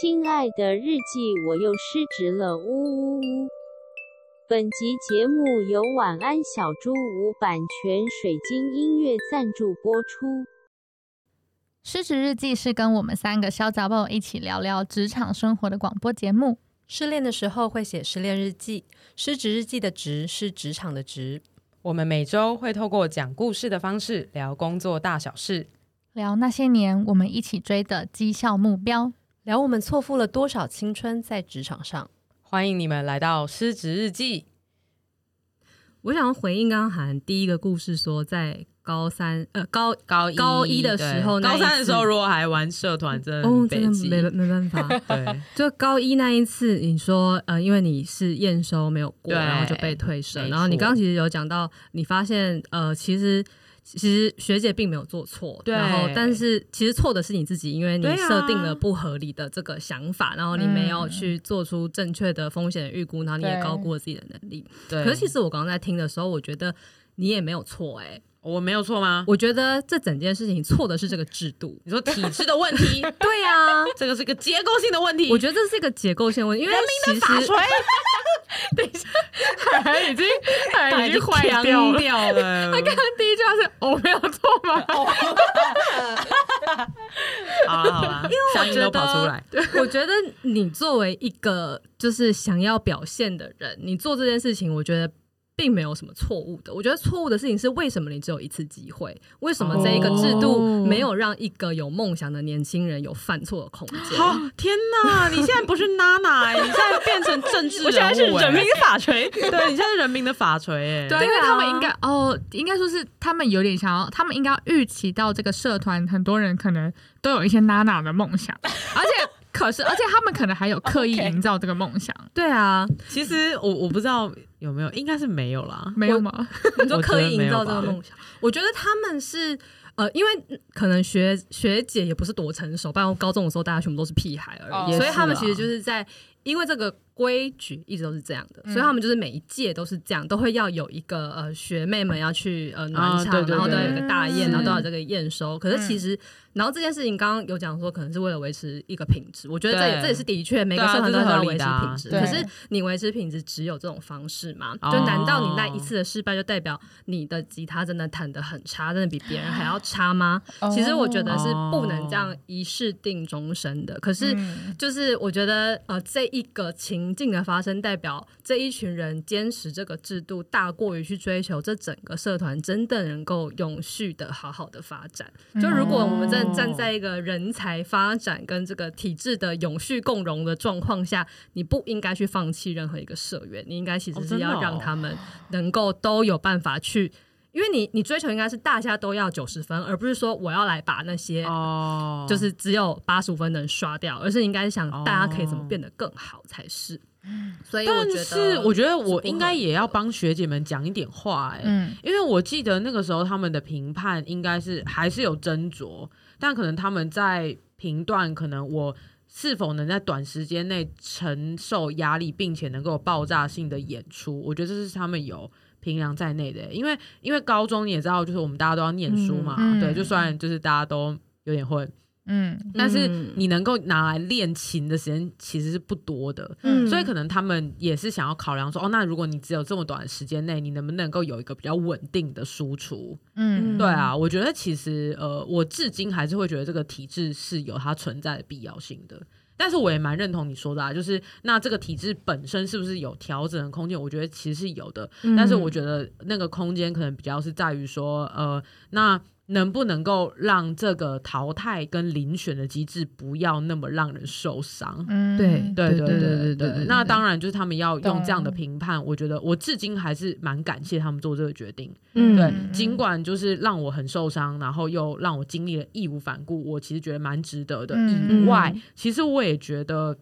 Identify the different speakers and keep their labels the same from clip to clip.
Speaker 1: 亲爱的日记，我又失职了，呜呜呜！本集节目由晚安小猪屋版权水晶音乐赞助播出。
Speaker 2: 失职日记是跟我们三个小杂宝一起聊聊职场生活的广播节目。
Speaker 3: 失恋的时候会写失恋日记，失职日记的职是职场的职。
Speaker 4: 我们每周会透过讲故事的方式聊工作大小事，
Speaker 2: 聊那些年我们一起追的绩效目标。
Speaker 3: 聊我们错付了多少青春在职场上。
Speaker 4: 欢迎你们来到《失职日记》。
Speaker 5: 我想要回应刚刚韩第一个故事说，在高三呃高
Speaker 4: 高一
Speaker 5: 高一的时候
Speaker 4: 对
Speaker 5: 那
Speaker 4: 高
Speaker 5: 一
Speaker 4: 三的时
Speaker 5: 次
Speaker 4: 候，如果还玩社团，真的
Speaker 5: 哦
Speaker 4: 很，北
Speaker 5: 真
Speaker 4: 极
Speaker 5: 的没没办法。
Speaker 4: 对
Speaker 5: 就高一那一次，你说呃，因为你是验收没有过，
Speaker 4: 对
Speaker 5: 然后就被退生。
Speaker 4: 没
Speaker 5: 然后你
Speaker 4: 错
Speaker 5: 刚刚其实有讲到，你发现呃，其实其实学姐并没有做错，
Speaker 4: 对
Speaker 5: 然后但是其实错的是你自己，因为你
Speaker 4: 对啊嗯
Speaker 5: 设定了不合理的这个想法，然后你没有去做出正确的风险的预估，然后你也
Speaker 2: 对
Speaker 5: 高估了自己的能力。
Speaker 4: 对。
Speaker 5: 可是其实我刚刚在听的时候，我觉得你也没有错哎、
Speaker 4: 我没有错吗？。
Speaker 5: 我觉得这整件事情错的是这个制度
Speaker 4: 你说体制的问题，
Speaker 5: 对啊，
Speaker 4: 这个是个结构性的问题。
Speaker 5: 我觉得这是一个结构性的问题，因为其实
Speaker 4: 法锤
Speaker 5: 已经
Speaker 4: 已经坏掉了。掉 了
Speaker 5: 他刚刚第一句话是“我没有错吗
Speaker 4: 好啊啦好啦，声音都跑出来。”？
Speaker 5: 我觉得你作为一个就是想要表现的人，你做这件事情，我觉得。并没有什么错误的，我觉得错误的事情是为什么你只有一次机会？为什么这一个制度没有让一个有梦想的年轻人有犯错的空间？
Speaker 4: 好、天哪！你现在不是娜娜、欸，你现在变成政治人物、欸，
Speaker 5: 我现在是人民
Speaker 4: 法锤。对，你现在是人民的法锤、欸，
Speaker 2: 对，因啊为他们应该哦，应该说是他们有点想要，他们应该要预期到这个社团很多人可能都有一些娜娜的梦 想，而且可是而且他们可能还有刻意营造这个梦想，
Speaker 5: 对啊，
Speaker 4: 其实我我不知道有没有，应该是没有啦。
Speaker 2: 没有吗？
Speaker 5: 你说刻意营造这
Speaker 4: 我觉得
Speaker 5: 个
Speaker 4: 没有
Speaker 5: 梦想，我觉得他们是呃，因为可能学学姐也不是多成熟，不然高中的时候大家全部都是屁孩而
Speaker 2: 哦
Speaker 5: 已，
Speaker 2: 也
Speaker 5: 所以
Speaker 4: 是啊
Speaker 5: 他们
Speaker 4: 啦
Speaker 5: 其实就是在因为这个规矩一直都是这样的，
Speaker 2: 嗯
Speaker 5: 所以他们就是每一届都是这样，都会要有一个呃学妹们要去呃暖
Speaker 4: 啊
Speaker 5: 场，
Speaker 4: 对对嗯
Speaker 5: 然后都要有一
Speaker 2: 对
Speaker 5: 个大宴，
Speaker 2: 是
Speaker 5: 然后都要有这个验收。可
Speaker 2: 嗯
Speaker 5: 是其实，然后这件事情刚刚有讲说，可能是为了维持一个品质，我觉得这也
Speaker 4: 对
Speaker 5: 这也是的确每个
Speaker 4: 对啊
Speaker 5: 社团都
Speaker 4: 这是
Speaker 5: 要
Speaker 4: 合理
Speaker 5: 维持
Speaker 4: 的啊
Speaker 5: 品质，
Speaker 2: 对
Speaker 5: 可是你维持品质只有这种方式吗？
Speaker 4: 哦
Speaker 5: 就难道你那一次的失败就代表你的吉他真的弹得很差，真的比别人还要差吗？其实我觉得是不能这样一试定终身的。可是
Speaker 2: 嗯
Speaker 5: 就是我觉得呃，这一个情境的发生，代表这一群人坚持这个制度，大过于去追求这整个社团真的能够永续的好好的发展。就如果我们真的站在一个人才发展跟这个体制的永续共荣的状况下，你不应该去放弃任何一个社员，你应该其实
Speaker 4: 哦
Speaker 5: 是
Speaker 4: 真的
Speaker 5: 要
Speaker 4: 哦
Speaker 5: 让他们能够都有办法去。因为你，你追求应该是大家都要九十分，而不是说我要来把那些
Speaker 4: 哦，
Speaker 5: 就是只有八十五分能刷掉，而是应该想
Speaker 4: 哦
Speaker 5: 大家可以怎么变得更好才是。所以我
Speaker 4: 但
Speaker 5: 觉得，
Speaker 4: 是我觉得我应该也要
Speaker 5: 是不合理的
Speaker 4: 帮学姐们讲一点话、欸，
Speaker 2: 嗯，
Speaker 4: 因为我记得那个时候他们的评判应该是还是有斟酌，但可能他们在评断可能我是否能在短时间内承受压力，并且能够有爆炸性的演出，我觉得这是他们有。平量在内的欸，因为因为高中你也知道，就是我们大家都要念书嘛，
Speaker 2: 嗯
Speaker 4: 对，就虽然就是大家都有点混，
Speaker 2: 嗯
Speaker 4: 但是
Speaker 5: 嗯
Speaker 4: 你能够拿来练琴的时间其实是不多的，
Speaker 2: 嗯
Speaker 4: 所以可能他们也是想要考量说，哦，那如果你只有这么短的时间内，你能不能够有一个比较稳定的输出？
Speaker 2: 嗯
Speaker 5: 嗯
Speaker 4: 对啊，我觉得其实呃，我至今还是会觉得这个体制是有它存在的必要性的。但是我也蛮认同你说的啊，就是那这个体制本身是不是有调整的空间？我觉得其实是有的，但是
Speaker 5: 嗯
Speaker 4: 我觉得那个空间可能比较是在于说，呃，那能不能够让这个淘汰跟遴选的机制不要那么让人受伤？
Speaker 2: 嗯
Speaker 5: 对
Speaker 4: 对对
Speaker 5: 对
Speaker 4: 对
Speaker 5: 对对对
Speaker 4: 那当然就是他们要用
Speaker 2: 懂
Speaker 4: 这样的评判，我觉得我至今还是蛮感谢他们做这个决定。
Speaker 5: 嗯
Speaker 4: 对
Speaker 2: 嗯，
Speaker 4: 尽管就是让我很受伤，然后又让我经历了义无反顾，我其实觉得蛮值得的。
Speaker 2: 嗯
Speaker 4: 以外，其实我也觉得，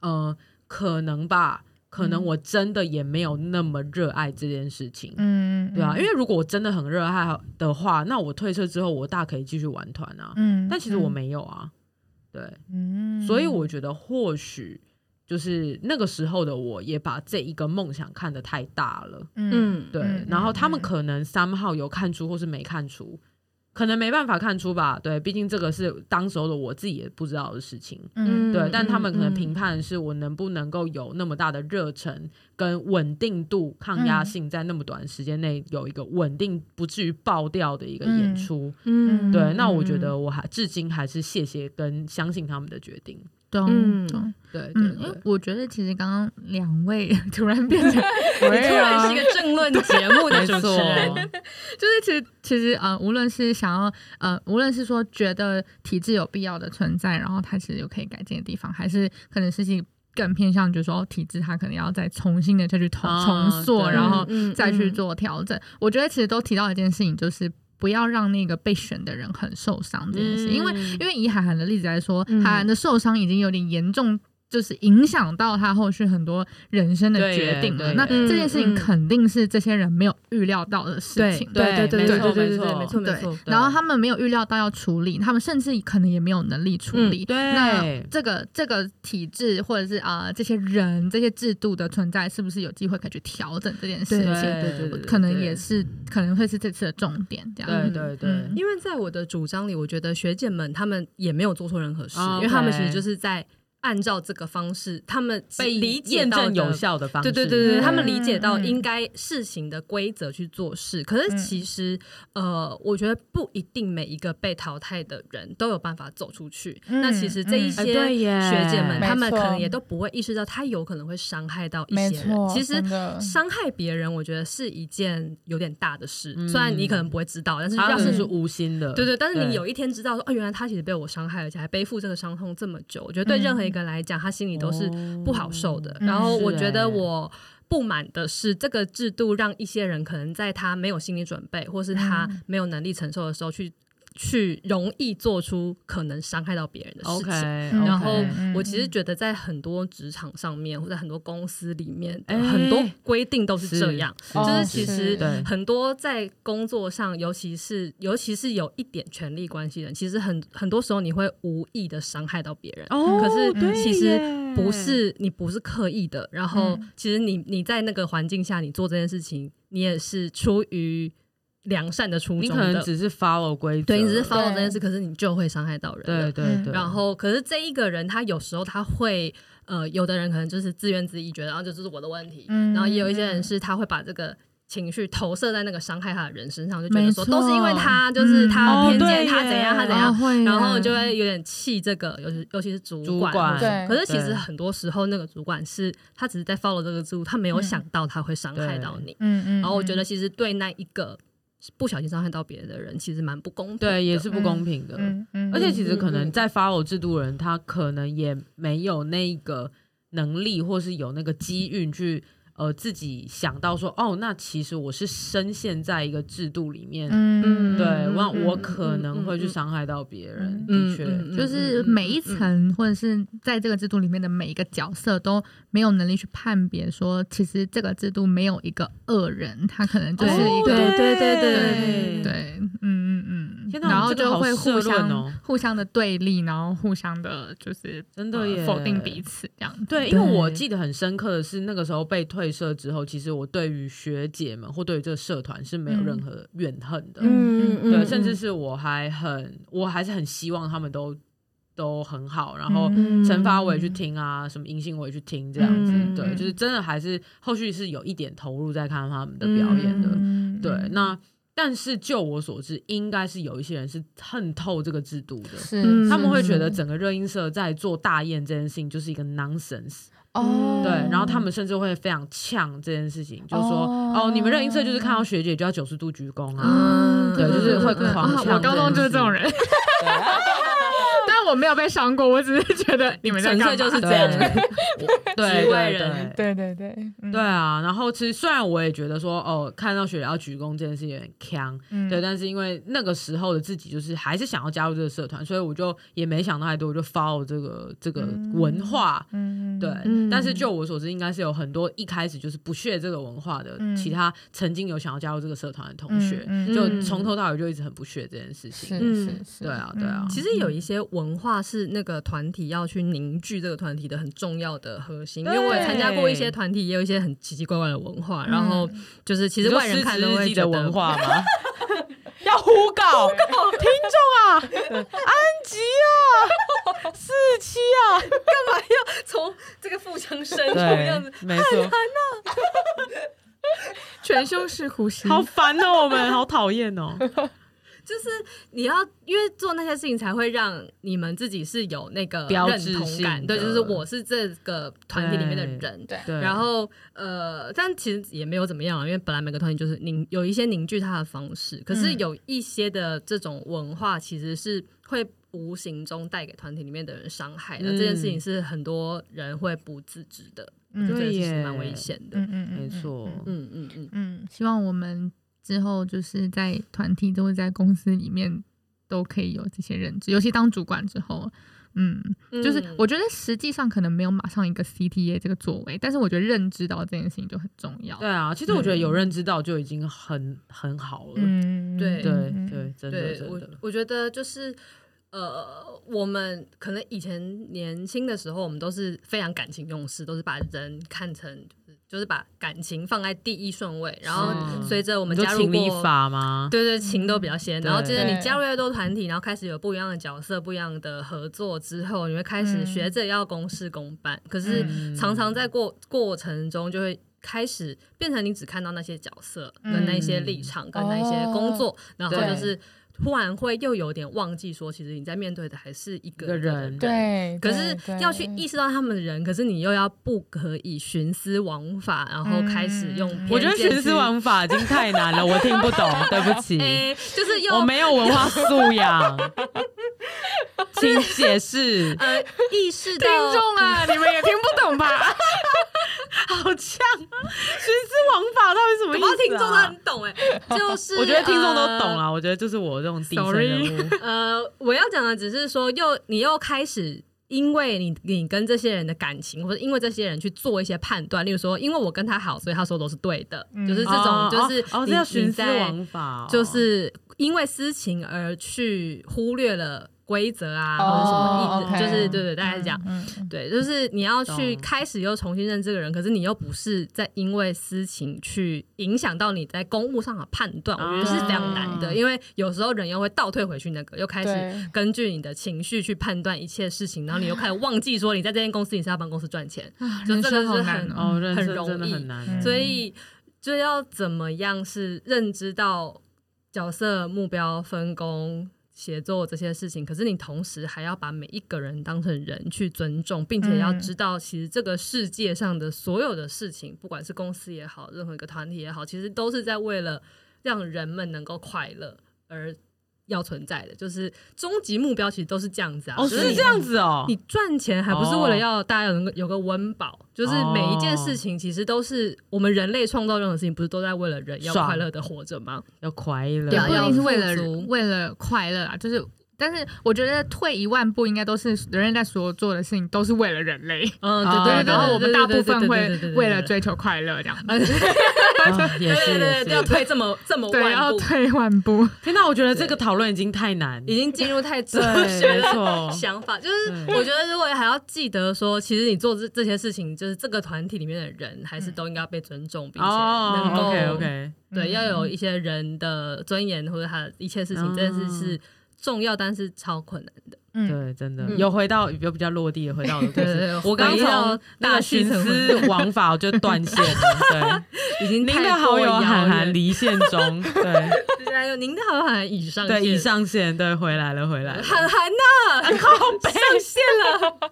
Speaker 4: 呃，可能吧，可能
Speaker 2: 嗯
Speaker 4: 我真的也没有那么热爱这件事情。
Speaker 2: 嗯
Speaker 4: 对啊，因为如果我真的很热爱的话，那我退社之后，我大可以继续玩团啊。
Speaker 2: 嗯
Speaker 4: 但其实我，没有啊，对，
Speaker 2: 嗯
Speaker 4: 所以我觉得或许就是那个时候的我也把这一个梦想看得太大了，
Speaker 2: 嗯
Speaker 5: 嗯，
Speaker 4: 对。
Speaker 2: 嗯
Speaker 4: 然后他们
Speaker 2: 嗯
Speaker 4: 可能三号有看出或是没看出，可能没办法看出吧，对，毕竟这个是当时候的我自己也不知道的事情，
Speaker 2: 嗯，
Speaker 4: 对，但他们可能
Speaker 5: 嗯
Speaker 4: 评判是我能不能够有那么大的热忱跟稳定度、抗压性，在那么短时间内有一个稳定不至于爆掉的一个演出，
Speaker 5: 嗯
Speaker 4: 对，那我觉得我还至今还是谢谢跟相信他们的决定，
Speaker 2: 懂
Speaker 5: 嗯
Speaker 2: 懂。
Speaker 4: 对对
Speaker 2: 嗯，
Speaker 4: 对。
Speaker 2: 因为我觉得其实刚刚两位突然变 成，
Speaker 5: 嗯突然是一
Speaker 2: 个
Speaker 4: 啊
Speaker 5: 个政论节 目的主持人，
Speaker 2: 啊就是其实其实呃，无论是想要呃，无论是说觉得体制有必要的存在，然后它其实有可以改进的地方，还是可能事情更偏向就是说哦体制它可能要再重新的再去重、
Speaker 4: 啊
Speaker 2: 重塑，
Speaker 4: 对
Speaker 2: 然后
Speaker 5: 嗯嗯
Speaker 2: 再去
Speaker 5: 嗯
Speaker 2: 做调整。我觉得其实都提到一件事情，就是不要让那个被选的人很受伤这件事，因为
Speaker 4: 嗯
Speaker 2: 因为以海涵的例子来说，
Speaker 5: 嗯
Speaker 2: 海涵的受伤已经有点严重。就是影响到他后续很多人生的
Speaker 4: 对耶
Speaker 2: 决定了。
Speaker 4: 对
Speaker 2: 那
Speaker 4: 耶
Speaker 2: 这件事情
Speaker 5: 嗯嗯
Speaker 2: 肯定是这些人没有预料到的事情。
Speaker 5: 对对对
Speaker 4: 没错
Speaker 5: 对
Speaker 4: 没
Speaker 5: 对对，
Speaker 4: 错
Speaker 5: 没错没错，
Speaker 2: 然后他们没有预料到要处理，他们甚至可能也没有能力处理。
Speaker 5: 嗯
Speaker 4: 对
Speaker 2: 那这个这个体制或者是啊、呃这些人这些制度的存在，是不是有机会可以去调整这件事
Speaker 5: 对
Speaker 2: 情？
Speaker 4: 对对，
Speaker 2: 可能也是可能会是这次的重点，这样。
Speaker 4: 对对对，
Speaker 2: 嗯
Speaker 5: 因为在我的主张里，我觉得学姐们她们也没有做错任何事，
Speaker 4: 啊
Speaker 5: 因为她们其
Speaker 4: OK
Speaker 5: 实就是在按照这个方式，她们
Speaker 4: 被
Speaker 5: 理解
Speaker 4: 验
Speaker 5: 到
Speaker 4: 证有
Speaker 5: 的
Speaker 4: 效的方式，
Speaker 5: 对对对
Speaker 2: 嗯
Speaker 5: 对，他们理解到
Speaker 2: 嗯
Speaker 5: 应该事情的规则去做事，可是其实呃，我觉得不一定每一个被淘汰的人都有办法走出去。
Speaker 2: 嗯
Speaker 5: 那其实这一
Speaker 2: 嗯
Speaker 5: 些
Speaker 4: 哎对耶
Speaker 5: 学姐们，
Speaker 2: 没
Speaker 5: 她们
Speaker 2: 错
Speaker 5: 可能也都不会意识到，她有可能会伤害到一
Speaker 2: 没
Speaker 5: 些人
Speaker 2: 错。，
Speaker 5: 其实
Speaker 2: 真。的
Speaker 5: 伤害别人，我觉得是一件有点大的事。
Speaker 4: 嗯啊
Speaker 5: 虽然你可能不会知道，但是
Speaker 4: 他
Speaker 5: 要
Speaker 4: 们
Speaker 5: 是
Speaker 4: 是无心的，
Speaker 5: 对对，但是你有一天知道说，哦，原来他其实被我伤害，而且还背负这个伤痛这么久。我觉得对任何一个人来讲，他心里都是不好受的。
Speaker 2: 嗯
Speaker 5: 然后
Speaker 4: 哦是
Speaker 5: 我觉
Speaker 4: 欸
Speaker 5: 得我不满的是，这个制度让一些人可能在他没有心理准备，或是他没有能力承受的时候去。去容易做出可能伤害到别人的事情
Speaker 4: OK，
Speaker 5: 然后
Speaker 2: 嗯
Speaker 5: 我其实觉得在很多职场上面，或者很多公司里面，
Speaker 4: 哎
Speaker 5: 很多规定都是这样。
Speaker 4: 是
Speaker 5: 就是其
Speaker 2: 哦是
Speaker 5: 实
Speaker 4: 对
Speaker 5: 很多在工作上，尤其是尤其是有一点权力关系的人，其实很很多时候你会无意的伤害到别人。
Speaker 4: 哦，
Speaker 5: 可是
Speaker 4: 对
Speaker 5: 其实
Speaker 4: 耶
Speaker 5: 不是你不是刻意的，然后
Speaker 4: 嗯
Speaker 5: 其实你你在那个环境下，你做这件事情，你也是出于良善的初
Speaker 4: 你
Speaker 5: 衷
Speaker 4: 可能
Speaker 5: 的，
Speaker 4: 只是 follow 规则，
Speaker 5: 对你只是 follow
Speaker 2: 对
Speaker 5: 这件事，可是你就会伤害到人了
Speaker 4: 对对对，
Speaker 5: 然后，可是这一个人，他有时候他会，呃，有的人可能就是自怨自艾，觉得啊然后这就是我的问题。
Speaker 2: 嗯
Speaker 5: 然后也有一些人是他会把这个情绪投射在那个伤害他的人身上，就觉
Speaker 2: 没
Speaker 5: 得说都是因为
Speaker 2: 错
Speaker 5: 他，就是
Speaker 2: 嗯
Speaker 5: 他
Speaker 4: 哦
Speaker 5: 偏见，
Speaker 4: 对
Speaker 5: 他怎样，
Speaker 4: 耶
Speaker 5: 他怎
Speaker 2: 啊
Speaker 5: 样，
Speaker 2: 会耶，
Speaker 5: 然后就会有点气这个，尤其尤其是主
Speaker 4: 主
Speaker 5: 管
Speaker 4: 管
Speaker 5: 或者什
Speaker 2: 对
Speaker 5: 么。可是其实
Speaker 4: 对
Speaker 5: 很多时候，那个主管是他只是在 follow 这个制度，他没有
Speaker 2: 嗯
Speaker 5: 想到他会伤害到
Speaker 4: 对
Speaker 5: 你。
Speaker 2: 嗯嗯，
Speaker 5: 然后我
Speaker 2: 嗯
Speaker 5: 觉得其实对那一个不小心伤害到别人的人，其实蛮不公平的。
Speaker 4: 对也是不公平的，
Speaker 2: 嗯嗯，
Speaker 4: 而且其实可
Speaker 5: 嗯
Speaker 4: 能
Speaker 5: 嗯
Speaker 4: 在 follow 制度的人，他可能也没有那个能力，或是有那个机运去呃自己想到说，哦，那其实我是深陷在一个制度里面，
Speaker 2: 嗯
Speaker 5: 嗯
Speaker 4: 对，
Speaker 2: 嗯
Speaker 4: 那
Speaker 5: 嗯
Speaker 4: 我
Speaker 5: 嗯
Speaker 4: 可
Speaker 5: 嗯
Speaker 4: 能会去
Speaker 5: 嗯
Speaker 4: 伤害到别人，
Speaker 5: 嗯
Speaker 4: 的确，
Speaker 5: 嗯嗯
Speaker 2: 就是每一层或者是在这个制度里面的每一个角色都没有能力去判别说，其实这个制度没有一个恶人，他可能就是
Speaker 4: 哦
Speaker 2: 一个、
Speaker 5: 对对对对
Speaker 2: 哦对
Speaker 5: 对
Speaker 2: 嗯嗯嗯，
Speaker 4: 天哪
Speaker 2: 然后
Speaker 4: 这
Speaker 2: 就
Speaker 4: 个好
Speaker 2: 会互
Speaker 4: 社论
Speaker 2: 相、
Speaker 4: 哦
Speaker 2: 互相的对立，然后互相的就是
Speaker 4: 真的
Speaker 2: 呃
Speaker 4: 耶
Speaker 2: 否定彼此这样。
Speaker 4: 对，因为我
Speaker 5: 对
Speaker 4: 记得很深刻的是，那个时候被退社之后，其实我对于学姐们或对于这个社团是没有任
Speaker 2: 嗯
Speaker 4: 何怨恨的，
Speaker 2: 嗯
Speaker 4: 对，甚至是我还很，我还是很希望他们都都很好，然后
Speaker 2: 嗯
Speaker 4: 惩罚我也去听啊，什么音信我也去听这样子，
Speaker 2: 嗯
Speaker 4: 对，就是真的还是后续是有一点投入在看他们的表演的，
Speaker 2: 嗯
Speaker 4: 对，那。但是就我所知，应该是有一些人是恨透这个制度的，
Speaker 5: 嗯
Speaker 4: 他们会觉
Speaker 5: 是
Speaker 4: 得整个热音社在做大宴这件事情就是一个 nonsense，
Speaker 2: 哦，
Speaker 4: 对，然后他们甚至会非常呛这件事情，就是说
Speaker 2: 哦
Speaker 4: 哦，你们热音社就是看到学姐就要九十度鞠躬啊，
Speaker 5: 嗯
Speaker 4: 对就是会
Speaker 2: 对
Speaker 4: 狂
Speaker 2: 啊
Speaker 4: 呛
Speaker 2: 我高中就是这 种人，啊但我没有被伤过，我只是觉得你们在
Speaker 5: 纯
Speaker 2: 干
Speaker 5: 粹
Speaker 2: 嘛
Speaker 5: 就是这样。
Speaker 4: 对， 对
Speaker 5: 局外
Speaker 4: 对
Speaker 5: 人
Speaker 4: 对。
Speaker 2: 对对对，嗯
Speaker 4: 对啊，然后其实虽然我也觉得说，哦，看到学姐要鞠躬这件事有点呛，
Speaker 2: 嗯
Speaker 4: 对，但是因为那个时候的自己就是还是想要加入这个社团，所以我就也没想太多，我就 follow 这个这个文化，
Speaker 2: 嗯
Speaker 4: 对，
Speaker 5: 嗯
Speaker 4: 但是就我所知，应该是有很多一开始就是不屑这个文化的，
Speaker 2: 嗯
Speaker 4: 其他曾经有想要加入这个社团的同学，
Speaker 2: 嗯嗯
Speaker 4: 就从头到尾就一直很不屑这件事情。
Speaker 5: 嗯
Speaker 6: 是是是，
Speaker 4: 对啊，对
Speaker 2: 嗯
Speaker 4: 啊，
Speaker 5: 其实有一些文化是那个团体要去凝聚这个团体的很重要的核心，因
Speaker 4: 对
Speaker 5: 为我也参加过一些团体，也有一些很奇奇怪怪的文化，然后就是
Speaker 4: 嗯
Speaker 5: 其
Speaker 4: 你
Speaker 5: 实
Speaker 4: 说
Speaker 5: 外人看
Speaker 4: 失
Speaker 5: 都
Speaker 4: 职日
Speaker 5: 会
Speaker 4: 记
Speaker 5: 觉
Speaker 4: 的
Speaker 5: 得
Speaker 4: 文，化吗？要呼告，听众啊，安吉啊，四七啊，
Speaker 5: 从这个腹腔 伸出
Speaker 4: 对
Speaker 5: 样子，，
Speaker 4: 没错，
Speaker 2: 全胸式呼吸，
Speaker 4: 好烦哦，我们好讨厌哦，
Speaker 5: 就是你要因为做那些事情才会让你们自己是有那个
Speaker 4: 标
Speaker 5: 认
Speaker 4: 志
Speaker 5: 同
Speaker 4: 性
Speaker 5: 感，
Speaker 4: 的
Speaker 5: 对，就是我是这个团体里面的
Speaker 4: 对
Speaker 5: 人，
Speaker 6: 对
Speaker 4: 对，
Speaker 5: 然后呃，但其实也没有怎么样啊，因为本来每个团体就是凝有一些凝聚它的方式，可是
Speaker 2: 嗯
Speaker 5: 有一些的这种文化其实是会无形中带给团体里面的人伤害的，这件事情
Speaker 4: 嗯
Speaker 5: 是很多人会不自知的，
Speaker 2: 嗯
Speaker 5: 我觉得
Speaker 4: 对
Speaker 5: 其实蛮
Speaker 4: 耶
Speaker 5: 危险的。
Speaker 2: 嗯嗯，嗯
Speaker 4: 没错，
Speaker 5: 嗯嗯嗯，
Speaker 2: 嗯，希望我们之后就是在团体，都是在公司里面都可以有这些认知，尤其当主管之后，嗯，就是
Speaker 5: 嗯
Speaker 2: 我觉得实际上可能没有马上一个 CTA 这个作为，但是我觉得认知到这件事情就很重要
Speaker 4: 对。啊，其实我觉得有认知到就已经很很好了，
Speaker 2: 嗯，
Speaker 5: 对
Speaker 4: 对对，真的
Speaker 5: 对
Speaker 4: 真
Speaker 5: 我
Speaker 4: 的，，
Speaker 5: 我觉得就是呃，我们可能以前年轻的时候，我们都是非常感情用事，都是把人看成就是就是把感情放在第一顺位，然后
Speaker 4: 是
Speaker 5: 随着我
Speaker 4: 我
Speaker 5: 们
Speaker 4: 就
Speaker 5: 加入
Speaker 4: 情理
Speaker 5: 过。
Speaker 4: 法吗？
Speaker 5: 对对，情都比较先，然后接着你
Speaker 6: 对
Speaker 5: 加入越多团体，然后开始有不一样的角色、不一样的合作之后，你会开始学着要公事公办。可是
Speaker 4: 嗯
Speaker 5: 常常在过过程中，就会开始变成你只看到那些角色、跟
Speaker 4: 嗯
Speaker 5: 那些立场、跟那
Speaker 4: 哦
Speaker 5: 些工作，然后
Speaker 6: 对
Speaker 5: 就是突然会又有点忘记说，其实你在面对的还是一个
Speaker 4: 一个人
Speaker 6: 对，
Speaker 5: 可是
Speaker 6: 对
Speaker 5: 要去意识到他们的人，可是你又要不可以徇私枉法，然后开始用
Speaker 4: 嗯
Speaker 5: 偏见去。
Speaker 4: 我觉得徇私枉法已经太难了，我听不懂，对不起。
Speaker 5: 哎、就是又
Speaker 4: 我没有文化素养，请解释。
Speaker 5: 呃意识到
Speaker 2: 听众啊，你们也听不懂吧？
Speaker 4: 好呛，徇私枉法到底什么
Speaker 5: 搞
Speaker 4: 意
Speaker 5: 不好
Speaker 4: 思、啊？
Speaker 5: 听众都很懂哎、 就是
Speaker 4: 我觉得听众都懂。啊。我觉得就是我这种底层
Speaker 2: Sorry
Speaker 4: 人物，
Speaker 5: 呃，呃我要讲的只是说，又你又开始。因为你你跟这些人的感情，或者因为这些人去做一些判断，例如说，因为我跟他好，所以他说的都是对的，就是这种，
Speaker 4: 哦
Speaker 5: 就是
Speaker 4: 哦，哦
Speaker 5: 你
Speaker 4: 这叫
Speaker 5: 你
Speaker 4: 徇私
Speaker 5: 在
Speaker 4: 枉法哦，
Speaker 5: 就是因为私情而去忽略了规则啊，或者什
Speaker 6: 哦
Speaker 5: 么意思，
Speaker 6: OK
Speaker 5: 就是对对， 大概是这样。
Speaker 2: 嗯，
Speaker 5: 对，就是你要去
Speaker 4: 懂
Speaker 5: 开始又重新认这个人，可是你又不是在因为私情去影响到你在公务上的判断，我觉得是非常难
Speaker 2: 啊
Speaker 5: 的，
Speaker 4: 哦
Speaker 5: 因为有时候人又会倒退回去那个，又开
Speaker 6: 对
Speaker 5: 始根据你的情绪去判断一切事情，然后你又开始忘记说你在这间公司你是要帮公司赚钱，
Speaker 2: 啊
Speaker 5: 就
Speaker 2: 人
Speaker 5: 这个
Speaker 2: 生
Speaker 5: 是
Speaker 2: 好难
Speaker 5: 很
Speaker 2: 哦。
Speaker 4: 哦，人
Speaker 5: 很
Speaker 4: 生
Speaker 5: 容
Speaker 4: 真的
Speaker 5: 易
Speaker 4: 很难。哦
Speaker 2: 嗯
Speaker 5: 所以就要怎么样是认知到角色目标分工。协作这些事情，可是你同时还要把每一个人当成人去尊重，并且要知道，其实这个世界上的所有的事情，不管是公司也好，任何一个团体也好，其实都是在为了让人们能够快乐而要存在的。就是终极目标其实都是这样子啊，
Speaker 4: 哦，
Speaker 5: 就是你
Speaker 4: 这样子哦
Speaker 5: 你。赚钱还不是
Speaker 2: 哦
Speaker 5: 为了要大家有个有个温饱，就是每一件
Speaker 4: 哦
Speaker 5: 事情其实都是我们人类创造任何事情，不是都在为了人要
Speaker 4: 爽
Speaker 5: 快乐的活着吗？
Speaker 4: 要快乐，
Speaker 2: 也
Speaker 5: 对
Speaker 2: 不一
Speaker 5: 要
Speaker 2: 定是为了
Speaker 5: 富足
Speaker 2: 为了快乐啊，就是。但是我觉得退一万步，应该都是人类在所做的事情都是为了人类，
Speaker 5: 嗯，
Speaker 4: 哦
Speaker 5: 对
Speaker 2: 对
Speaker 5: 对。
Speaker 2: 然后我们大部分会
Speaker 5: 对对对对对对对对
Speaker 2: 为了追求快乐这样子，
Speaker 4: 啊也
Speaker 5: 对
Speaker 4: 是
Speaker 5: 对
Speaker 4: 也
Speaker 5: 对，要
Speaker 4: 是。
Speaker 5: 退这么这么
Speaker 2: 对，
Speaker 5: 万
Speaker 2: 要
Speaker 5: 步，
Speaker 2: 退一万步，
Speaker 4: 天哪，我觉得这个讨论已经太难。
Speaker 5: 已经进入太哲学
Speaker 4: 对，没
Speaker 5: 的
Speaker 4: 错。
Speaker 5: 想法，就是
Speaker 4: 对
Speaker 5: 我觉得如果还要记得说，其实你做这这些事情，就是这个团体里面的人还是都应该要被尊重，并且能
Speaker 4: 哦
Speaker 5: 够
Speaker 4: ，OK OK，
Speaker 5: 对，
Speaker 2: 嗯
Speaker 5: 要有一些人的尊严或者他的一切事情，这件事
Speaker 2: 哦
Speaker 5: 是重要，但是超困难的。
Speaker 2: 嗯，
Speaker 4: 对，真的
Speaker 5: 嗯
Speaker 4: 有回到有比较落地的回到我 的故
Speaker 5: 对对
Speaker 4: 事。
Speaker 5: 对，
Speaker 4: 我刚
Speaker 5: 回到
Speaker 4: 从那
Speaker 5: 大
Speaker 4: 个
Speaker 5: 气
Speaker 4: 徇
Speaker 5: 层
Speaker 4: 私枉法我就断线了。
Speaker 5: 已经
Speaker 4: 对，您
Speaker 5: 太
Speaker 4: 的好
Speaker 5: 过
Speaker 4: 友
Speaker 5: 遥
Speaker 4: 韩
Speaker 5: 远
Speaker 4: 寒离线 中，对
Speaker 5: 对还有您的好友喊以上
Speaker 4: 对，
Speaker 5: 线
Speaker 4: 已上线，对，回来了回来了。
Speaker 5: 喊韩呐，上线了，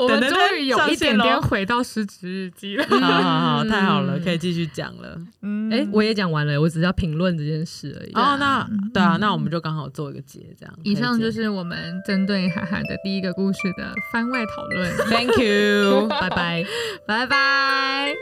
Speaker 2: 我们
Speaker 4: 等等
Speaker 2: 终于有
Speaker 4: 上
Speaker 2: 一
Speaker 4: 线
Speaker 2: 点
Speaker 4: 咯
Speaker 2: 点回到失职日记了。
Speaker 4: 好好好，
Speaker 5: 嗯
Speaker 4: 太好了，可以继续讲了。
Speaker 2: 嗯
Speaker 5: 哎，我也讲完了，我只是要评论这件事而已。
Speaker 4: 哦，那对啊，那我们就刚好做一个结，这样。
Speaker 2: 以上
Speaker 4: 可
Speaker 2: 就
Speaker 4: 结
Speaker 2: 是我们针对韩寒的第一个故事的番外讨论，
Speaker 4: Thank you。
Speaker 5: 拜拜。
Speaker 2: 拜拜。